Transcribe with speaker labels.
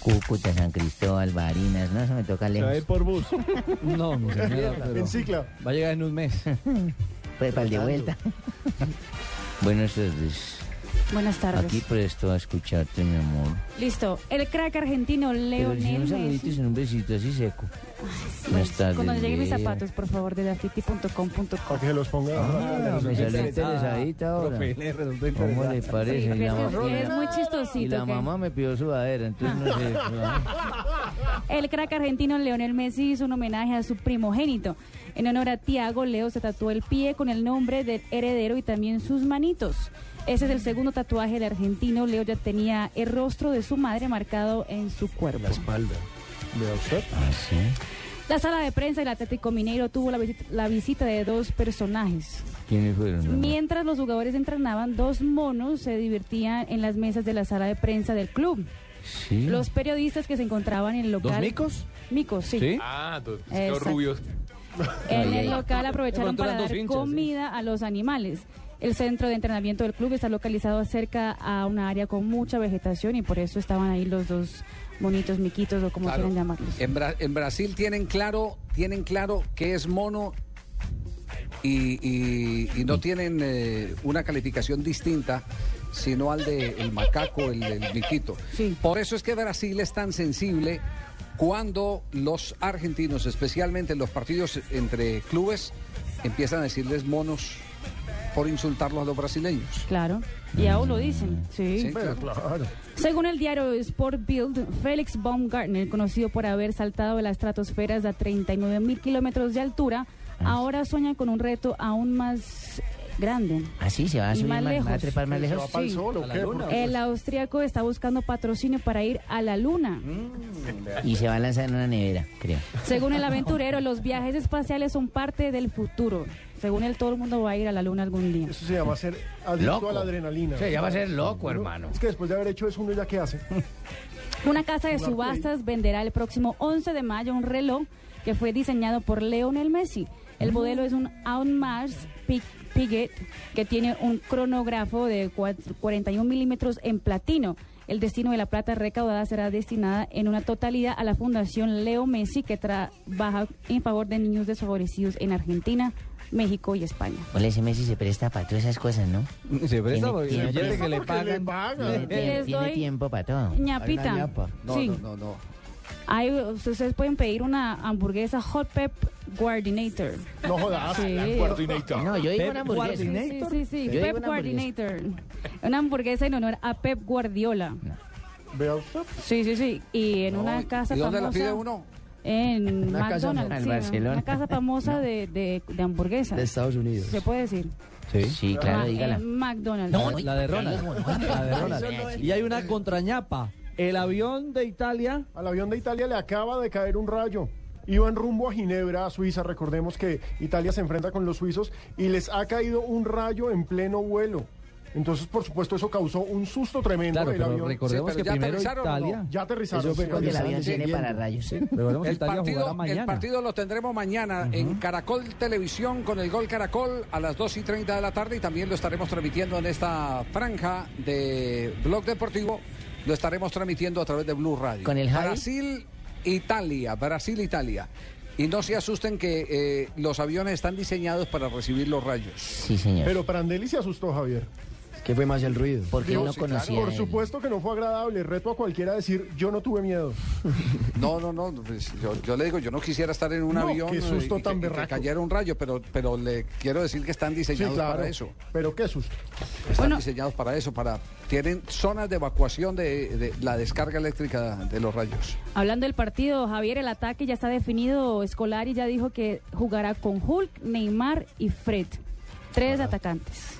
Speaker 1: Cúcuta, San Cristóbal, Barinas, no, eso me toca
Speaker 2: Se va a
Speaker 1: lejos.
Speaker 2: ir por bus.
Speaker 3: No, mi señora, pero
Speaker 2: en cicla.
Speaker 3: va a llegar en un mes.
Speaker 1: Pues para el de vuelta. Buenas tardes.
Speaker 4: Buenas tardes.
Speaker 1: Aquí presto a escucharte, mi amor.
Speaker 4: Listo. El crack argentino
Speaker 1: Pero si
Speaker 4: Leonel
Speaker 1: unos
Speaker 4: Messi.
Speaker 1: saluditos en un besito así seco.
Speaker 4: Bueno,
Speaker 1: Buenas tardes.
Speaker 4: Cuando lleguen mis
Speaker 1: Lea.
Speaker 4: zapatos, por favor, de graffiti.com.co.
Speaker 2: Para que se los ponga.
Speaker 1: Ah, me salió interesadita ahora.
Speaker 3: Profe, le resultó
Speaker 1: ¿Cómo
Speaker 3: interesante.
Speaker 1: le
Speaker 4: Sí,
Speaker 1: parece?
Speaker 4: pero
Speaker 1: Y la
Speaker 4: es que
Speaker 1: ma- y
Speaker 4: usted es
Speaker 1: la-
Speaker 4: muy
Speaker 1: y
Speaker 4: chistosito.
Speaker 1: la
Speaker 4: ¿ok?
Speaker 1: mamá me pidió sudadera, entonces no sé. Ah,
Speaker 4: El crack argentino Leonel Messi hizo un homenaje a su primogénito. En honor a Tiago, Leo se tatuó el pie con el nombre del heredero y también sus manitos. Ese es el segundo tatuaje del argentino. Leo ya tenía el rostro de su madre marcado en su cuerpo.
Speaker 2: espalda. Vea usted.
Speaker 1: Ah, sí.
Speaker 4: La sala de prensa del Atlético Mineiro tuvo la visita, la visita de dos personajes.
Speaker 1: ¿Quiénes fueron? mamá?
Speaker 4: Mientras los jugadores entrenaban, dos monos se divertían en las mesas de la sala de prensa del club.
Speaker 1: Sí.
Speaker 4: Los periodistas que se encontraban en el local.
Speaker 3: Mm. ¿Dos micos?
Speaker 4: Micos, sí.
Speaker 3: ¿Sí?
Speaker 5: Ah, dos
Speaker 4: Exacto.
Speaker 5: rubios.
Speaker 4: En el local aprovecharon
Speaker 3: De pronto
Speaker 4: para
Speaker 3: eran dos
Speaker 4: dar
Speaker 3: hinchas,
Speaker 4: comida a los animales. El centro de entrenamiento del club está localizado cerca a una área con mucha vegetación y por eso estaban ahí los dos monitos, miquitos o como
Speaker 6: Claro.
Speaker 4: quieran llamarlos.
Speaker 3: Eh.
Speaker 6: En, Bra- en Brasil tienen claro, tienen claro que es mono y, y- y no tienen eh, una calificación distinta, sino al de el macaco, el, el miquito.
Speaker 4: Sí.
Speaker 6: Por eso es que Brasil es tan sensible cuando los argentinos, especialmente en los partidos entre clubes, empiezan a decirles monos por insultarlos a los brasileños.
Speaker 4: Claro.
Speaker 3: Mm.
Speaker 4: Y aún lo dicen.
Speaker 6: Sí,
Speaker 3: Pues,
Speaker 6: claro.
Speaker 2: Claro.
Speaker 4: Según el diario Sport Bild, Félix Baumgartner, conocido por haber saltado de las estratosferas a 39 mil kilómetros de altura, ahora sueña con un reto aún más grande.
Speaker 1: Así Ah, se va a
Speaker 4: Y
Speaker 1: subir
Speaker 4: más
Speaker 1: más,
Speaker 4: lejos.
Speaker 1: va a trepar más
Speaker 2: ¿Se
Speaker 1: lejos.
Speaker 2: va para el sol o qué? Porque-
Speaker 4: El austriaco está buscando patrocinio para ir a la luna.
Speaker 1: Y se va a lanzar en una nevera, creo.
Speaker 4: Según el aventurero, los viajes espaciales son parte del futuro. Según él, todo el mundo va a ir a la luna algún día.
Speaker 2: Eso se llama ser adicto
Speaker 7: Loco.
Speaker 2: a la adrenalina.
Speaker 7: Sí, ya va a ser loco,
Speaker 2: Uno-
Speaker 7: hermano.
Speaker 2: Es que después de haber hecho eso, uno ya qué hace.
Speaker 4: Una casa de subastas venderá el próximo 11 de mayo un reloj que fue diseñado por Leonel Messi.
Speaker 6: Ah.
Speaker 4: El modelo es un Audemars Pi- Piguet que tiene un cronógrafo de cuat- 41 milímetros en platino. El destino de la plata recaudada será destinada en una totalidad a la Fundación Leo Messi que trabaja en favor de niños desfavorecidos en Argentina, México y España.
Speaker 1: Hola, ese Messi se presta para todas esas cosas, ¿no?
Speaker 3: Se
Speaker 1: Tiene-
Speaker 3: presta porque
Speaker 1: tiene
Speaker 3: el billete
Speaker 1: presta
Speaker 3: que le
Speaker 2: porque le
Speaker 3: pagan.
Speaker 2: pagan.
Speaker 3: Eh,
Speaker 1: Tiene,
Speaker 4: Les
Speaker 1: tiene
Speaker 4: doy-
Speaker 1: tiempo para todo.
Speaker 4: Ñapita.
Speaker 6: No,
Speaker 4: sí.
Speaker 6: no, no, no.
Speaker 4: Hay- ustedes pueden pedir una hamburguesa Hot Pep Coordinator.
Speaker 2: No jodas.
Speaker 4: Sí.
Speaker 1: No, yo digo
Speaker 3: Pep
Speaker 1: una hamburguesa.
Speaker 4: Sí, sí, sí, sí,
Speaker 1: Yo digo
Speaker 4: Pep
Speaker 1: una hamburguesa.
Speaker 4: Coordinator. Una hamburguesa en honor a Pep Guardiola.
Speaker 2: Vea usted.
Speaker 4: Sí, sí, sí. Y en
Speaker 6: No,
Speaker 4: una
Speaker 6: ¿y
Speaker 4: casa
Speaker 6: dónde la
Speaker 4: famosa.
Speaker 6: pide uno?
Speaker 4: En
Speaker 1: Una casa
Speaker 4: McDonald's.
Speaker 1: en
Speaker 4: sí,
Speaker 1: Barcelona.
Speaker 4: Una casa famosa de, de, de hamburguesas.
Speaker 7: Estados Unidos.
Speaker 4: Se puede decir.
Speaker 1: Sí, claro,
Speaker 4: Ah,
Speaker 1: dígala.
Speaker 4: en McDonald's.
Speaker 3: La de Ronald. La de Ronald. Y hay una contrañapa. El avión de Italia.
Speaker 2: Al avión de Italia le acaba de caer un rayo. Iban rumbo a Ginebra, a Suiza. Recordemos que Italia se enfrenta con los suizos y les ha caído un rayo en pleno vuelo. Entonces, por supuesto, eso causó un susto tremendo.
Speaker 3: Claro,
Speaker 2: el
Speaker 3: pero
Speaker 2: avión.
Speaker 3: recordemos
Speaker 6: Sí, pero
Speaker 3: que
Speaker 6: ya
Speaker 3: primero
Speaker 6: aterrizaron, ¿no?
Speaker 3: Italia.
Speaker 2: Ya aterrizaron.
Speaker 7: Eso fue
Speaker 2: sí,
Speaker 7: cuando
Speaker 1: Porque el
Speaker 2: aterrizaron.
Speaker 1: avión tiene
Speaker 7: Yendo.
Speaker 1: para rayos. ¿eh?
Speaker 3: Recordemos que
Speaker 6: El
Speaker 3: Italia jugará
Speaker 6: partido, el
Speaker 3: mañana.
Speaker 6: partido lo tendremos mañana en Caracol Televisión con el gol Caracol a las 2 y 30 de la tarde y también lo estaremos transmitiendo en esta franja de Blog Deportivo. Lo estaremos transmitiendo a través de Blue Radio.
Speaker 1: ¿Con el Javi?
Speaker 6: Brasil, Italia, Brasil, Italia. Y no se asusten que eh, los aviones están diseñados para recibir los rayos.
Speaker 1: Sí, señor.
Speaker 2: Pero Prandelli se asustó, Javier.
Speaker 7: ¿Qué fue más el ruido?
Speaker 1: Porque
Speaker 6: Dios,
Speaker 1: él no
Speaker 6: sí, claro.
Speaker 1: conocía.
Speaker 2: Por
Speaker 1: el-
Speaker 2: supuesto que no fue agradable. Reto a cualquiera a decir, yo no tuve miedo.
Speaker 6: No, no, no. pues, yo, yo le digo, yo no quisiera estar en un
Speaker 2: No,
Speaker 6: avión
Speaker 2: qué
Speaker 6: eh,
Speaker 2: susto
Speaker 6: y que-
Speaker 2: tan
Speaker 6: y que
Speaker 2: berraco.
Speaker 6: cayera un rayo, pero, pero le quiero decir que están
Speaker 2: Sí,
Speaker 6: diseñados
Speaker 2: claro.
Speaker 6: para eso.
Speaker 2: Pero qué susto.
Speaker 6: Están
Speaker 4: Bueno.
Speaker 6: diseñados para eso, para tienen zonas de evacuación de, de la descarga eléctrica de los rayos.
Speaker 4: Hablando del partido, Javier, el ataque ya está definido. Escolari ya dijo que jugará con Hulk, Neymar y Fred. Tres atacantes.